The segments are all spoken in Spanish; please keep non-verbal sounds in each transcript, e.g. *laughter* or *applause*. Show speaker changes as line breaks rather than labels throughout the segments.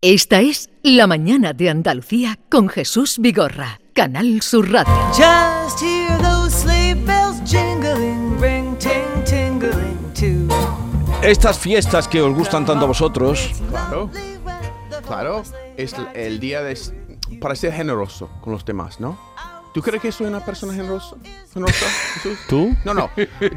Esta es La Mañana de Andalucía con Jesús Vigorra, Canal Sur Radio.
Just hear those sleigh bells jingling, ring ting tingling too.
Estas fiestas que os gustan tanto a vosotros,
Claro. Claro, es l- el día de... s- para ser generoso con los demás, ¿no? ¿Tú crees que soy una persona generosa? ¿Generosa, Jesús?
¿Tú?
No, no.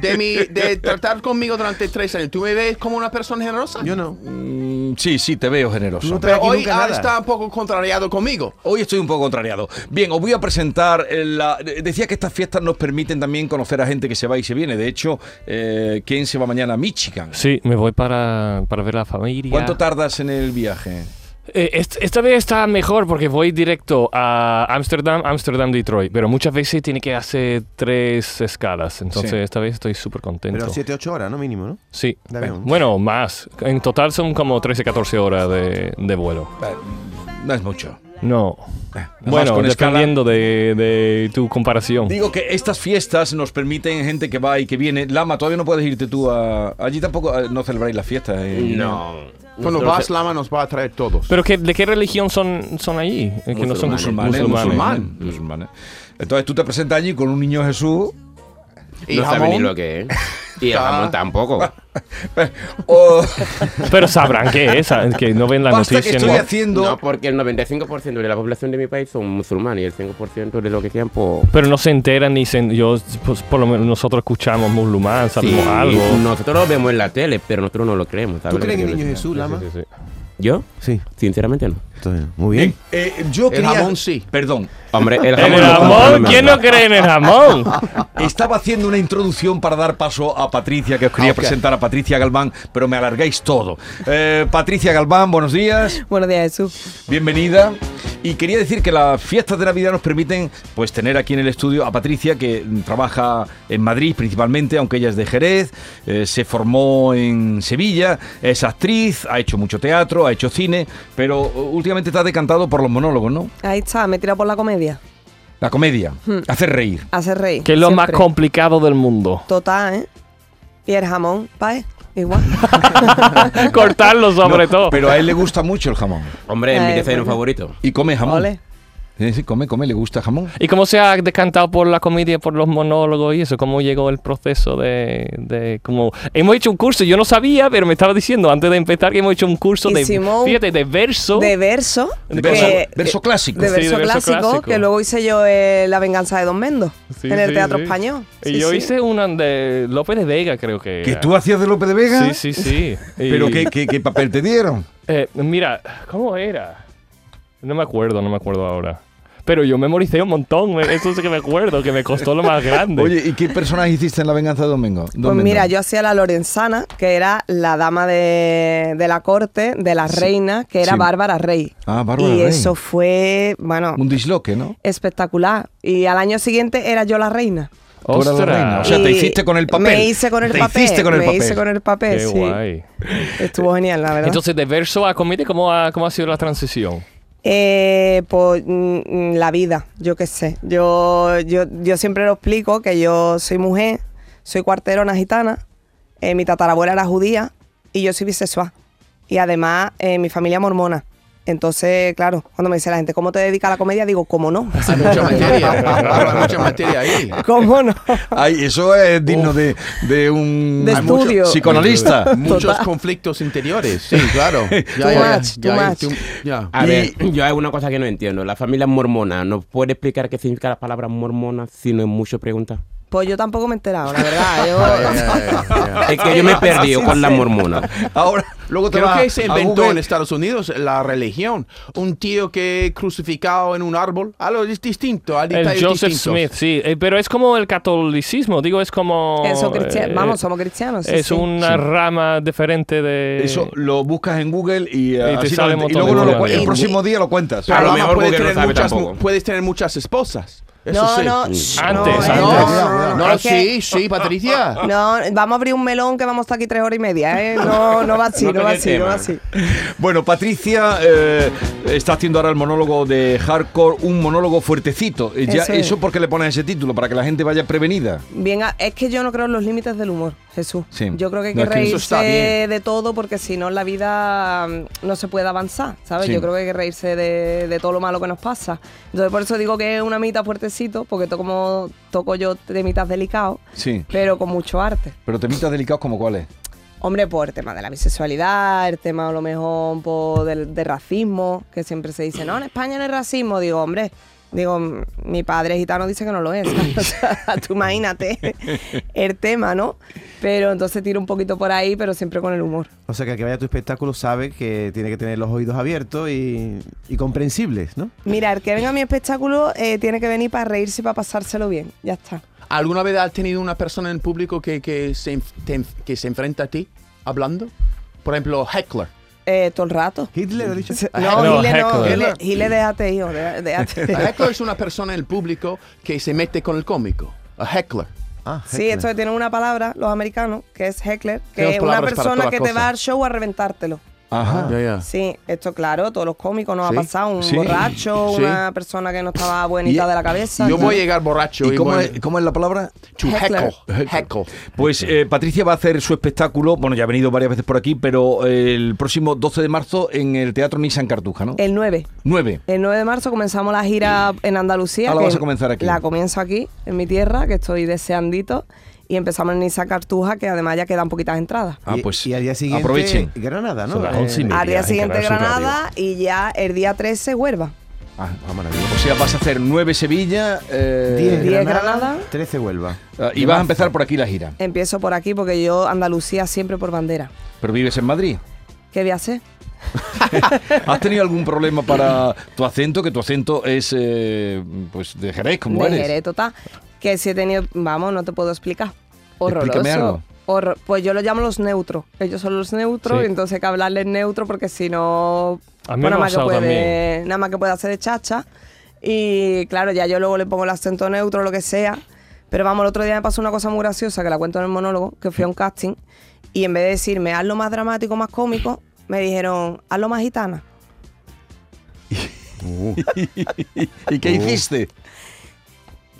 De, mi, de tratar conmigo durante tres años, ¿tú me ves como una persona generosa?
Yo no.
mm, sí, sí, te veo generoso.
te-
Pero
aquí
hoy
nunca
ahora
nada.
está un poco contrariado conmigo.
Hoy estoy un poco contrariado. Bien, os voy a presentar. eh, la- de- Decía que estas fiestas nos permiten también conocer a gente que se va y se viene. De hecho, eh, ¿quién se va mañana a Michigan?
Sí, me voy para, para ver la familia.
¿Cuánto tardas en el viaje?
Eh, est- esta vez está mejor porque voy directo a Ámsterdam, Ámsterdam, Detroit. Pero muchas veces tiene que hacer tres escalas. Entonces
Sí.
esta vez estoy súper contento.
Pero 7, 8 horas, ¿no? Mínimo, ¿no?
Sí.
de avión.
Bueno, más. En total son como 13, 14 horas de, de vuelo.
Eh, No es mucho.
No.
Además,
Eh, Bueno,
con escala-
dependiendo de, de tu comparación.
Digo que estas fiestas nos permiten gente que va y que viene. Lama, todavía no puedes irte tú a. Allí tampoco eh, no celebráis las fiestas. eh.
No. Cuando vas, Lama nos va a traer todos.
¿Pero qué, de qué religión son, son allí? Es que no son
Musulmanes, musulmanes. musulmanes. Entonces tú te presentas allí con un niño Jesús
y
no sabe ni
jamón,
lo que es. Y el
Está-
jamón tampoco.
*laughs* o
Pero sabrán qué es, ¿sabes? que no ven la
pasta Oh, que
noticia.
estoy
ni-
haciendo.
No, porque el 95% de la población de mi país son musulmanes y el 5% de lo que sean, pues.
Pero no se enteran ni se, yo, pues, por lo menos nosotros escuchamos musulmán, sabemos
sí,
algo.
Nosotros lo vemos en la tele, pero nosotros no lo creemos. ¿sabes
¿Tú
lo que
crees en
quiero
el niño
decir?
Jesús, Lama?
Sí, sí, sí.
¿Yo?
Sí.
Sinceramente no.
Muy bien.
Eh, yo
El
quería-
jamón sí.
Perdón,
Hombre,
*laughs*
el
¿En
jamón.
el
no
jamón?
come,
¿Quién no cree en el jamón?
*laughs*
Ah.
estaba haciendo una introducción para dar paso a Patricia, que os quería
Ah, ok.
presentar a Patricia Galván, pero me alargáis todo. Eh, Patricia Galván, buenos días,
Buenos días, Jesús.
bienvenida. Y quería decir que las fiestas de Navidad nos permiten pues tener aquí en el estudio a Patricia, que mm, trabaja en Madrid principalmente, aunque ella es de Jerez, eh, se formó en Sevilla, es actriz, ha hecho mucho teatro, ha hecho cine, pero eh, últimamente está decantado por los monólogos, ¿no?
Ahí está, me tira por la comedia.
La comedia,
Hmm.
hacer reír.
Hacer reír.
Que es lo más
siempre.
complicado del mundo. *laughs*
Total, ¿eh? Y el jamón, pae, igual.
Cortarlo sobre
No,
todo.
Pero a él le gusta mucho el jamón.
no. Hombre, es mi
Eh,
desayuno
bueno.
favorito.
Y come jamón.
Ole.
Sí, sí, come, come, le gusta jamón.
¿Y cómo se ha decantado por la comedia, por los monólogos y eso? ¿Cómo llegó el proceso de, de como hemos hecho un curso? Yo no sabía, pero me estaba diciendo antes de empezar que hemos hecho un curso de
Hicimos un-
fíjate de verso.
De verso.
De
verso,
que-
verso clásico.
De
Sí,
verso,
de verso
clásico,
clásico.
que luego hice yo eh, La venganza de Don Mendo
Sí,
en el
sí,
Teatro
sí.
Español.
Y
Sí,
yo
sí.
hice una de López de Vega, creo que.
¿Que
era.
tú hacías de López de Vega?
Sí, sí, sí. Y-
*laughs* ¿Pero ¿qué, qué, qué papel te dieron?
Eh, mira, ¿cómo era? No me acuerdo, no me acuerdo ahora. Pero yo memoricé un montón, me- eso sí que me acuerdo, que me costó lo más grande.
Oye, ¿y qué personaje hiciste en La Venganza de Domingo?
Pues mira, yo hacía la Lorenzana, que era la dama de, de la corte, de la reina, que era
sí.
Bárbara Rey.
Ah, Bárbara
Y
Rey.
eso fue, bueno,
Un
*laughs*
disloque, ¿no?
espectacular. Y al año siguiente era yo la reina.
Tú eras la reina, o sea,
Ostras,
te
Y
hiciste con el papel.
Me hice con el
Te
papel.
hiciste con el
me
papel.
hice con el papel,
qué
pues sí.
guay.
Estuvo genial, la verdad.
Entonces, de verso a comedia, ¿cómo ha, cómo ha sido la transición?
Eh, pues mm, mm, la vida, yo qué sé. Yo, yo, yo siempre lo explico que yo soy mujer, soy cuarterona gitana, eh, mi tatarabuela era judía y yo soy bisexual. Y además eh, mi familia mormona. Entonces, claro, cuando me dice la gente, ¿cómo te dedicas a la comedia? Digo, ¿cómo no?
Hay
*laughs*
mucha materia. Hay mucha materia ahí.
*laughs* ¿Cómo no?
Ay, eso es digno de, de un
De
Hay mucho-
estudio.
psicoanalista.
Muchos conflictos interiores. Sí,
*laughs*
claro. Ya,
Too much, too
ya,
much.
tú- ya.
A
Y-
ver, yo hay una cosa que no entiendo. La familia mormona, ¿nos puede explicar qué significa la palabra mormona si no es mucho preguntar?
Pues yo tampoco me he enterado, la verdad. Yo,
Ay,
*laughs*
ay, ay, ay.
Es que yo me he perdido con
*laughs*
la mormona.
Ahora, luego te
Creo
vas
que se
a
inventó en
este.
Google.
Estados Unidos la religión. Un tío que crucificado en un árbol. Algo dis- distinto. Hay
El
detalles
Joseph
distintos.
Smith, sí. eh, pero es como el catolicismo, digo, es como...
eso cristian-
eh,
vamos, somos cristianos. sí,
es
sí.
una rama diferente de...
Eso lo buscas en Google y, eh,
te
así
sale
lo-
un
y
montón
luego
de
no lo
cosas.
cu- el
Y-
próximo día lo cuentas.
Pero
A lo
Obama
mejor
puede
porque no
tener
sabe
muchas,
tampoco.
mu- puedes tener muchas esposas. Eso
no,
sí.
no,
Mm.
shh,
Antes,
no,
antes.
no,
Cuidado,
no, no,
cuidado. No,
es que-
sí, sí, Patricia.
No, vamos a abrir un melón que vamos a estar aquí tres horas y media, ¿eh? No, no va así,
No
no va
toque
así,
el
no
tema.
va así.
Bueno, Patricia eh, está haciendo ahora el monólogo de Hardcore, un monólogo fuertecito. Eh, ya,
Eso
eso,
es.
porque le pones ese título, para que la gente vaya prevenida.
Bien, a- es que yo no creo en los límites del humor, Jesús.
Sí.
Yo creo que hay
No,
que
es que eso
está
reírse
bien.
de todo porque si no la vida mm, no se puede avanzar, ¿sabes?
Sí.
Yo creo que hay que reírse de, de todo lo malo que nos pasa. Entonces por eso digo que es una mitad fuertecito, porque to- como toco yo de mitad delicado,
Sí.
pero con mucho arte.
Pero temitas delicados como cuáles.
Hombre, por el tema de la bisexualidad, el tema a lo mejor por del- de racismo, que siempre se dice, no, en España no hay racismo. Digo, hombre, digo, mm, mi padre gitano dice que no lo es. *laughs* ¿sabes? O sea, tú imagínate el tema, ¿no? Pero entonces tiro un poquito por ahí, pero siempre con el humor.
O sea, que el que vaya a tu espectáculo sabe que tiene que tener los oídos abiertos y, y comprensibles, ¿no?
Mira, el que venga a mi espectáculo eh, tiene que venir para reírse y para pasárselo bien. Ya está.
¿Alguna vez has tenido una persona en público que, que, se, enf- te enf- que se enfrenta a ti hablando? Por ejemplo, Heckler.
Eh, todo el rato.
Hitler, ¿ha dicho?
No,
No,
Gile no.
heckler.
Gile, Gile, déjate, hijo. de-
*laughs*
déjate.
A heckler es una persona en el público que se mete con el cómico. A heckler.
Ah,
Sí,
Hitler.
esto que tienen una palabra, los americanos, que es heckler, que
Tenemos
es una
palabras para
persona
toda
que te
cosa.
va al show a reventártelo.
Ajá.
Ya, ya.
Sí, esto claro, todos los cómicos nos
Ah. Sí,
ha pasado, un
sí,
borracho,
sí.
una persona que no estaba buenita
Y-
de la cabeza.
Yo
¿no?
voy a llegar borracho.
¿Y cómo
voy-
es, cómo es la palabra?
To
Heckler.
heckle. Heckle.
Pues eh, Patricia va a hacer su espectáculo, bueno, ya ha venido varias veces por aquí, pero eh, el próximo 12 de marzo en el Teatro Nissan Cartuja, ¿no?
El 9.
9.
El 9 de marzo comenzamos la gira en Andalucía.
Ah, la
que
vas a comenzar aquí.
La comienzo aquí, en mi tierra, que estoy deseandito. Y empezamos en Niza Cartuja, que además ya quedan poquitas entradas.
Ah,
Y-
pues
y, al día siguiente,
aprovechen.
Granada, ¿no?
Son las
Eh,
once y media.
Al día
en
siguiente
Canal Sur Radio.
Granada y ya el día 13 Huelva.
Ah, ah, maravilloso. O sea, vas a hacer 9 Sevilla eh,
10
10
Granada,
Granada.
13 Huelva.
ah, y vas a empezar por aquí la gira.
Empiezo por aquí porque yo Andalucía siempre por bandera.
Pero vives en Madrid.
¿Qué voy a hacer?
¿Has tenido algún problema para tu acento? Que tu acento es eh, pues de Jerez, como
de
eres.
Jerez, total. Que si he tenido, vamos, no te puedo explicar.
Explícame
Horroroso.
algo.
Horror- pues yo lo llamo los neutros. Ellos son los neutros,
Sí.
y entonces hay que hablarles neutro porque si no.
A
pues
mí me ha
nada, más que
pasado
puede,
también.
nada más que puede hacer de chacha. Y claro, ya yo luego le pongo el acento neutro, lo que sea. Pero vamos, el otro día me pasó una cosa muy graciosa que la cuento en el monólogo, que fui a un casting y en vez de decirme hazlo más dramático, más cómico, me dijeron hazlo más gitana.
¿Y qué hiciste?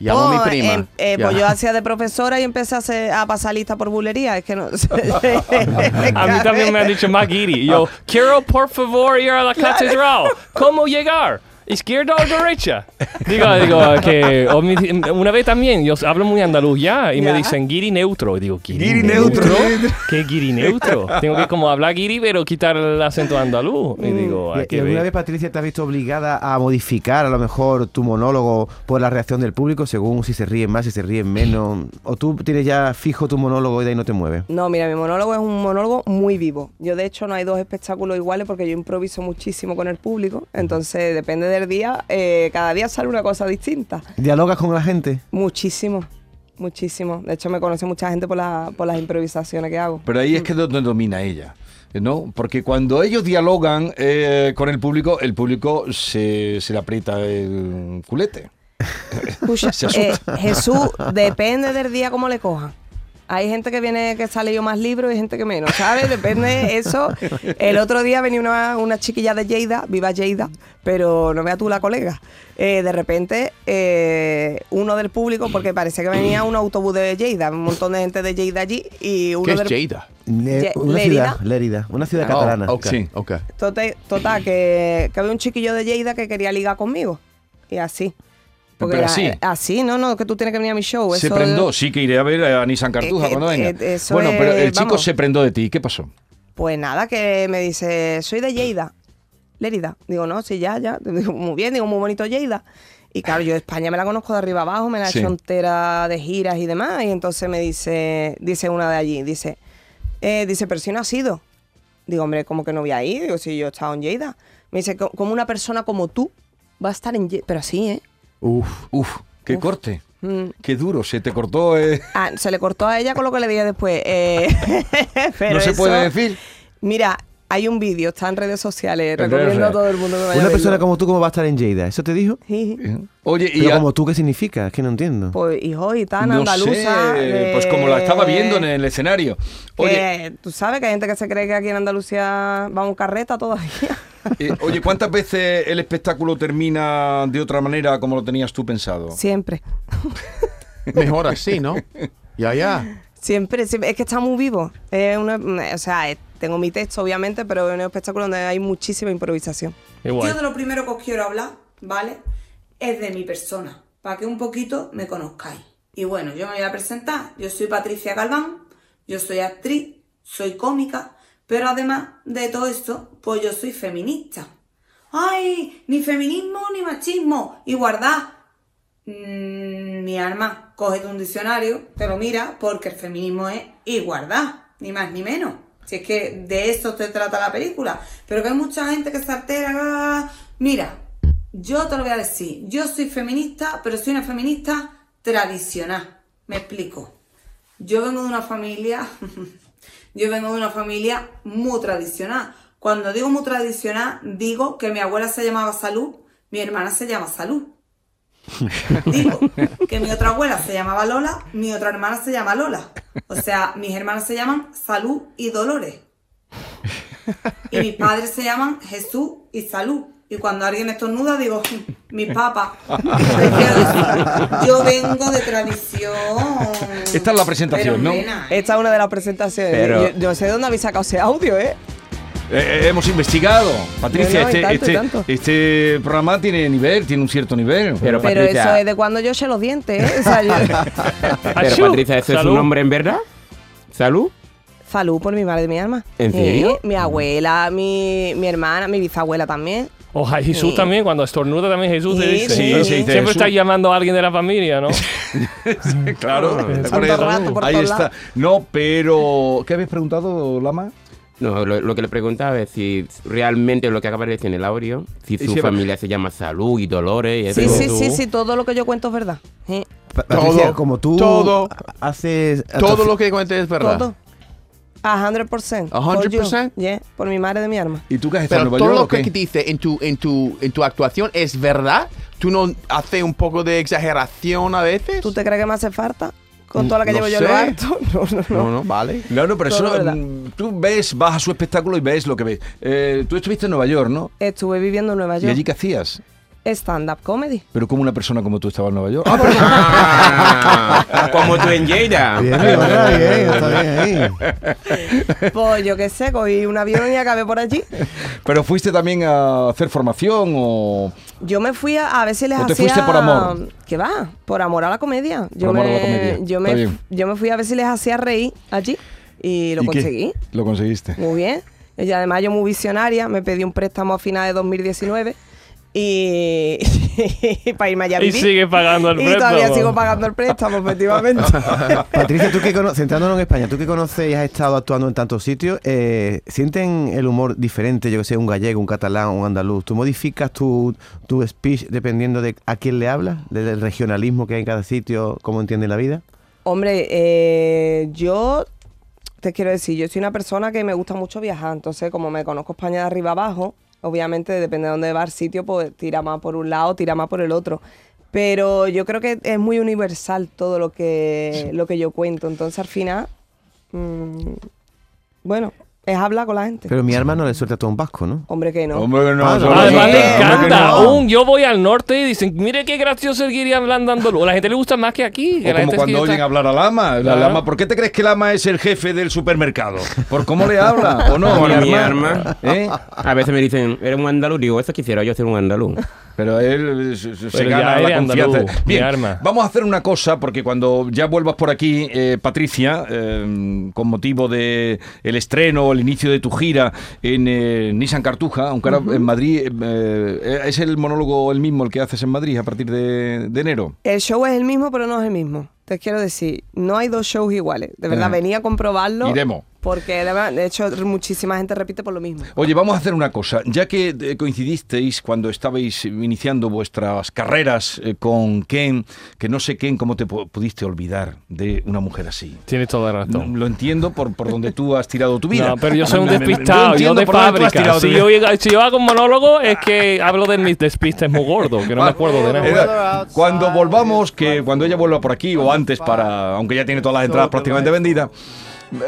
Llamo a mi
No,
prima.
em- eh,
Ya.
pues yo hacía de profesora y empecé a, hacer- a pasar lista por bulería. Es que no.
*laughs* A mí también me han dicho más guiri. Y yo, quiero por favor ir a la catedral. ¿Cómo llegar? ¿Izquierda o derecha? Digo, digo que o me dicen- una vez también, yo hablo muy andaluz ya
Ya.
y me dicen guiri neutro. Y digo, ¿guiri,
Guiri
neutro?
neutro.
¿Qué guiri neutro? Tengo que como hablar guiri pero quitar el acento andaluz.
Mm.
Y digo, hay
¿Y, y
que
alguna vez,
ver.
Patricia, te has visto obligada a modificar a lo mejor tu monólogo por la reacción del público según si se ríen más, si se ríen menos? ¿O tú tienes ya fijo tu monólogo y de ahí no te mueves?
*laughs* No, mira, mi monólogo es un monólogo muy vivo. Yo, de hecho, no hay dos espectáculos iguales porque yo improviso muchísimo con el público. Entonces, depende del día, eh, cada día sale una cosa distinta.
¿Dialogas con la gente?
Muchísimo, muchísimo. De hecho, me conoce mucha gente por, la- por las improvisaciones que hago.
Pero ahí es que es donde domina ella. ¿No? Porque cuando ellos dialogan eh, con el público, el público se, se le aprieta el culete.
Escucha,
Se asusta.
eh,
*laughs*
Jesús, depende del día cómo le cojan. Hay gente que viene que sale yo más libro y gente que menos, ¿sabes?
*laughs*
Depende eso. El otro día venía una, una chiquilla de Lleida, viva Lleida, pero no vea tú la colega. Eh, de repente, eh, uno del público, porque parecía que venía un autobús de Lleida, un montón de gente de Lleida allí, y uno
¿Qué es
del
Jada?
Ne-
Ye-
una
Lérida.
ciudad, Lérida, una
Ah,
ciudad catalana.
Oh, ok,
Sí.
ok.
Total, total, que, que había un chiquillo de Lleida que quería ligar conmigo. Y así.
Pero así.
así, no, no, que tú tienes que venir a mi show.
se
Pues eso-
prendó, sí que iré a ver a Nissan Cartuja
Eh,
cuando
eh,
venga.
eh, eso
bueno, pero
es-
el chico
vamos.
se prendó de ti. ¿Qué pasó?
Pues nada, que me dice, soy de Lleida, Lérida. Digo, no, sí, ya, *laughs* ya. Digo, muy bien, digo, muy bonito Lleida. Y claro, yo España me la conozco de arriba abajo, me la
Sí.
he hecho entera de giras y demás. Y entonces me dice, dice una de allí, dice, eh, dice, pero si no has ido. Digo, hombre, ¿cómo que no voy a ir? Digo, si yo he estado en Lleida. Me dice, "Co- como una persona como tú va a estar en Lleida. Pero así, ¿eh?
Uf, uf, qué corte.
Mm.
Qué duro, se te cortó. eh.
Ah, *laughs* se le cortó a ella con lo que le dije después. eh, pero
no se
eso-
puede decir.
Mira, Hay un vídeo, está en redes sociales,
redes
recomiendo a
sociales.
todo el mundo que vaya
Una
a
persona
verlo.
como tú, ¿cómo va a estar en Lleida? ¿Eso te dijo?
Oye, y
Pero
a-
como tú, ¿qué significa? Es que no entiendo.
Pues hijo, gitana,
no
andaluza.
sé,
de-
pues como la estaba viendo en el escenario. Oye,
Que tú sabes que hay gente que se cree que aquí en Andalucía vamos carreta todavía.
eh, oye, ¿cuántas veces el espectáculo termina de otra manera como lo tenías tú pensado?
Siempre.
*laughs* Mejor así, ¿no? Ya, ya.
Siempre, siempre. Es que está muy vivo. Es una- o sea, eh, tengo mi texto, obviamente, pero es un espectáculo donde hay muchísima improvisación.
Igual.
Yo de lo primero que os quiero hablar, ¿vale? Es de mi persona, para que un poquito me conozcáis. Y bueno, yo me voy a presentar. Yo soy Patricia Galván, yo soy actriz, soy cómica, pero además de todo esto, pues yo soy feminista. ¡Ay! Ni feminismo ni machismo. Igualdad. Mm, mi alma, cógete un diccionario, te lo mira, porque el feminismo es igualdad, ni más ni menos. Si es que de eso te trata la película. Pero que hay mucha gente que se altera. bla, bla, bla. Mira, yo te lo voy a decir. Yo soy feminista, pero soy una feminista tradicional. Me explico. Yo vengo de una familia, *laughs* yo vengo de una familia muy tradicional. Cuando digo muy tradicional, digo que mi abuela se llamaba Salud, mi hermana se llama Salud. Digo que mi otra abuela se llamaba Lola, mi otra hermana se llama Lola. O sea, mis hermanas se llaman Salud y Dolores. Y mis padres se llaman Jesús y Salud. Y cuando alguien estornuda, digo, mi papá. Te quiero decir, Yo vengo de tradición.
Esta es la presentación,
Pero
¿no?
nena, ¿eh?
Esta es una de las presentaciones.
Pero-
Yo, yo sé de dónde habéis sacado ese audio, ¿eh?
Eh, eh, hemos investigado. Patricia,
No, no, y
este,
tanto, y
este-
tanto.
este programa tiene nivel, tiene un cierto nivel.
Pero,
Pero
Patricia,
eso es de cuando yo eché los dientes, ¿eh? O sea, yo-
pero
Achú.
Patricia, ¿eso es
Salud.
un nombre en verdad? ¿Salud?
Salud por mi madre y mi alma.
¿En
Sí,
serio?
mi abuela, mi, mi hermana, mi bisabuela también.
O a Jesús
Sí.
también, cuando estornuda también Jesús se
Sí,
dice.
sí,
Pero
sí.
Siempre
Jesús.
está llamando a alguien de la familia, ¿no?
claro,
Santo
por eso.
rato por
ahí
todos
está.
lados.
No, pero ¿qué habéis preguntado, Lama?
No, lo, lo que le preguntaba es si realmente lo que acaba de decir en el audio, si
Y
su
si-
familia se llama Salud y Dolores. y
Sí,
eso.
sí, sí, sí, todo lo que yo cuento es verdad. ¿eh? Sí,
Pa- Patricia,
Todo,
como tú
todo,
haces...
Todo lo que cuente es verdad.
todo. A 100%.
A
por yo,
100%?
yeah, por mi madre de mi alma.
¿Y tú qué has estado
Pero
en Nueva
todo
York,
lo
o qué?
que dice en tu, en, tu, en tu actuación es verdad. ¿Tú no haces un poco de exageración a veces?
¿Tú te crees que me hace falta? Con toda la que
No
llevo yo
sé.
en lo harto. *laughs* No, no, no.
No, no, vale.
No, no, pero
Todo
eso,
verdad.
mm, tú ves, vas a su espectáculo y ves lo que ves. Eh, tú estuviste en Nueva York, ¿no?
Estuve viviendo en Nueva
¿Y
York.
allí qué hacías?
Stand-up comedy.
Pero como una persona como tú estaba en Nueva York. Ah, pero-
Ah, como tú en Lleida.
Bien,
*laughs*
bien, bien, está bien ahí.
Pues yo qué sé, cogí un avión y acabé por allí.
pero fuiste también a hacer formación o...
Yo me fui a, a ver si les
¿O te
hacía.
fuiste por amor?
¿Qué va? Por amor a la comedia. Yo
Por amor
me,
a la comedia.
Yo
Está
me,
bien.
yo me fui a ver si les hacía reír allí y lo
¿Y qué?
conseguí.
Lo conseguiste.
Muy bien. Y además yo muy visionaria, me pedí un préstamo a finales de 2019 y, *laughs* para irme allá a
Y
vivir.
sigue pagando el
Y todavía
préstamo.
sigo pagando el
*laughs*
préstamo, efectivamente.
Patricia, tú que conoces, centrándonos en España, tú que conoces y has estado actuando en tantos sitios, eh, ¿sienten el humor diferente, yo que sé, un gallego, un catalán, un andaluz? ¿Tú modificas tu, tu speech dependiendo de a quién le hablas? ¿Del del regionalismo que hay en cada sitio, cómo entienden la vida?
Hombre, eh, yo te quiero decir, yo soy una persona que me gusta mucho viajar, entonces como me conozco España de arriba abajo, obviamente depende de dónde va el sitio, pues tira más por un lado, tira más por el otro. Pero yo creo que es muy universal todo lo que, lo que yo cuento, entonces al final, mm, bueno, es hablar con la gente.
Pero mi hermano le suelta todo un vasco, ¿no?
Hombre que no.
Hombre, que no,
Ah,
eso
no,
no
Además
es
le
verdad. Hombre, que
encanta.
no.
Un- yo voy al norte y dicen, mire qué gracioso el guiri hablando andaluz. A la gente le gusta más que aquí. que
O
la
como
gente es
cuando
que
oyen
está-
hablar a Lama. La
Claro.
Lama. ¿Por qué te crees que Lama es el jefe del supermercado? ¿Por cómo le habla? ¿O no?
Por
mi
mi
arma?
arma.
¿Eh?
A veces me dicen, eres un andaluz. Digo, eso quisiera yo ser
*laughs*
un andaluz.
Pero él eh, se, se
Pero ya
gana la
eres
confianza.
andaluz, mi
Bien,
arma.
vamos a hacer una cosa, porque cuando ya vuelvas por aquí, eh, Patricia, eh, con motivo de el estreno, el inicio de tu gira en eh, Nissan Cartuja, aunque ahora en Madrid, eh, ¿es el monólogo el mismo el que haces en Madrid a partir de, de enero?
El show es el mismo, pero no es el mismo. Te quiero decir, no hay dos shows iguales. De verdad,
Ajá.
venía a comprobarlo.
Iremos.
Porque de, verdad, de hecho muchísima gente repite por lo mismo.
Oye, vamos a hacer una cosa. Ya que eh, coincidisteis cuando estabais iniciando vuestras carreras eh, con Ken, que no sé Ken cómo te pu- pudiste olvidar de una mujer así.
Tienes toda la razón.
No, Lo entiendo por, por donde tú has tirado tu vida.
No, pero yo soy un
No, no, no, no
despistado, yo
entiendo
de
por dónde tú has
fábrica.
tirado tu
Si
vida.
yo, si yo hago un monólogo es que hablo de mis despistes muy gordo, que no me acuerdo de nada.
Ah, Era- Cuando volvamos, que cuando ella vuelva por aquí o antes para, aunque ya tiene todas las entradas prácticamente vendidas,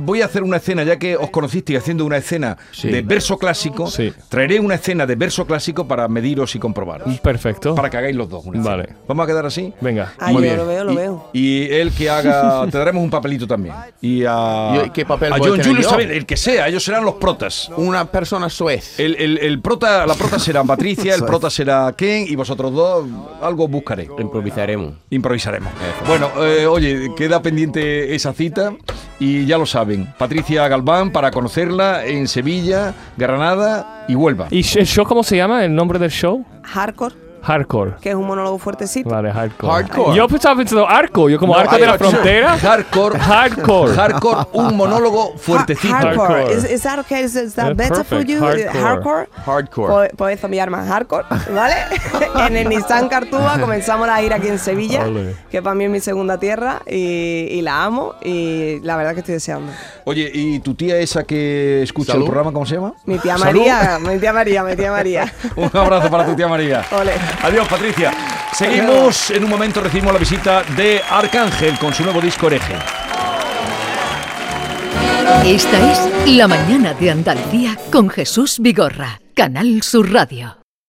voy a hacer una escena ya que os conocisteis haciendo una escena
Sí.
de verso clásico.
Sí.
Traeré una escena de verso clásico para mediros y comprobaros,
Perfecto.
para que hagáis los dos. una
Vale.
escena. Vamos a quedar así.
Venga.
Ay,
Muy
yo
bien.
lo veo, lo
Y-
veo.
Y él que
*laughs*
haga. Te daremos un papelito también. Y a.
¿Y qué papel
a
voy a
John
tener
Julius
yo?
también, el que sea, ellos serán los protas.
Una persona suez.
El, el- el prota, la prota
*laughs*
será Patricia, el prota será Ken y vosotros dos algo buscaré.
Improvisaremos.
Improvisaremos. Bueno, eh, oye, queda pendiente esa cita y ya lo saben. Patricia Galván para conocerla en Sevilla, Granada y Huelva.
¿Y sh- el show cómo se llama? ¿El nombre del show?
Hardcore,
Hardcore.
que es un monólogo fuertecito.
Vale, hardcore.
Hardcore.
Yo pues estaba pensando arco, yo como arco de la
hardcore.
frontera.
*laughs* Hardcore,
Hardcore.
hardcore, un monólogo fuertecito.
Ha- hardcore.
Hardcore.
Is, is that okay? Is, is that
Yeah,
better for
perfect.
you?
Hardcore.
Hardcore.
Hardcore.
Po- Podéis enviar más hardcore, ¿vale? *laughs* en el Nissan Cartuba comenzamos la gira aquí en Sevilla,
Ole.
que para mí es mi segunda tierra y, y la amo y la verdad que estoy deseando.
Oye, ¿y tu tía esa que escucha
Salud.
el programa, cómo se llama?
Mi tía
Salud.
María, mi tía María, mi tía María.
*laughs* Un abrazo para tu tía María.
Ole.
Adiós, Patricia. Seguimos, en un momento recibimos la visita de Arcángel con su nuevo disco Hereje.
Esta es La Mañana de Andalucía con Jesús Vigorra, Canal Sur Radio.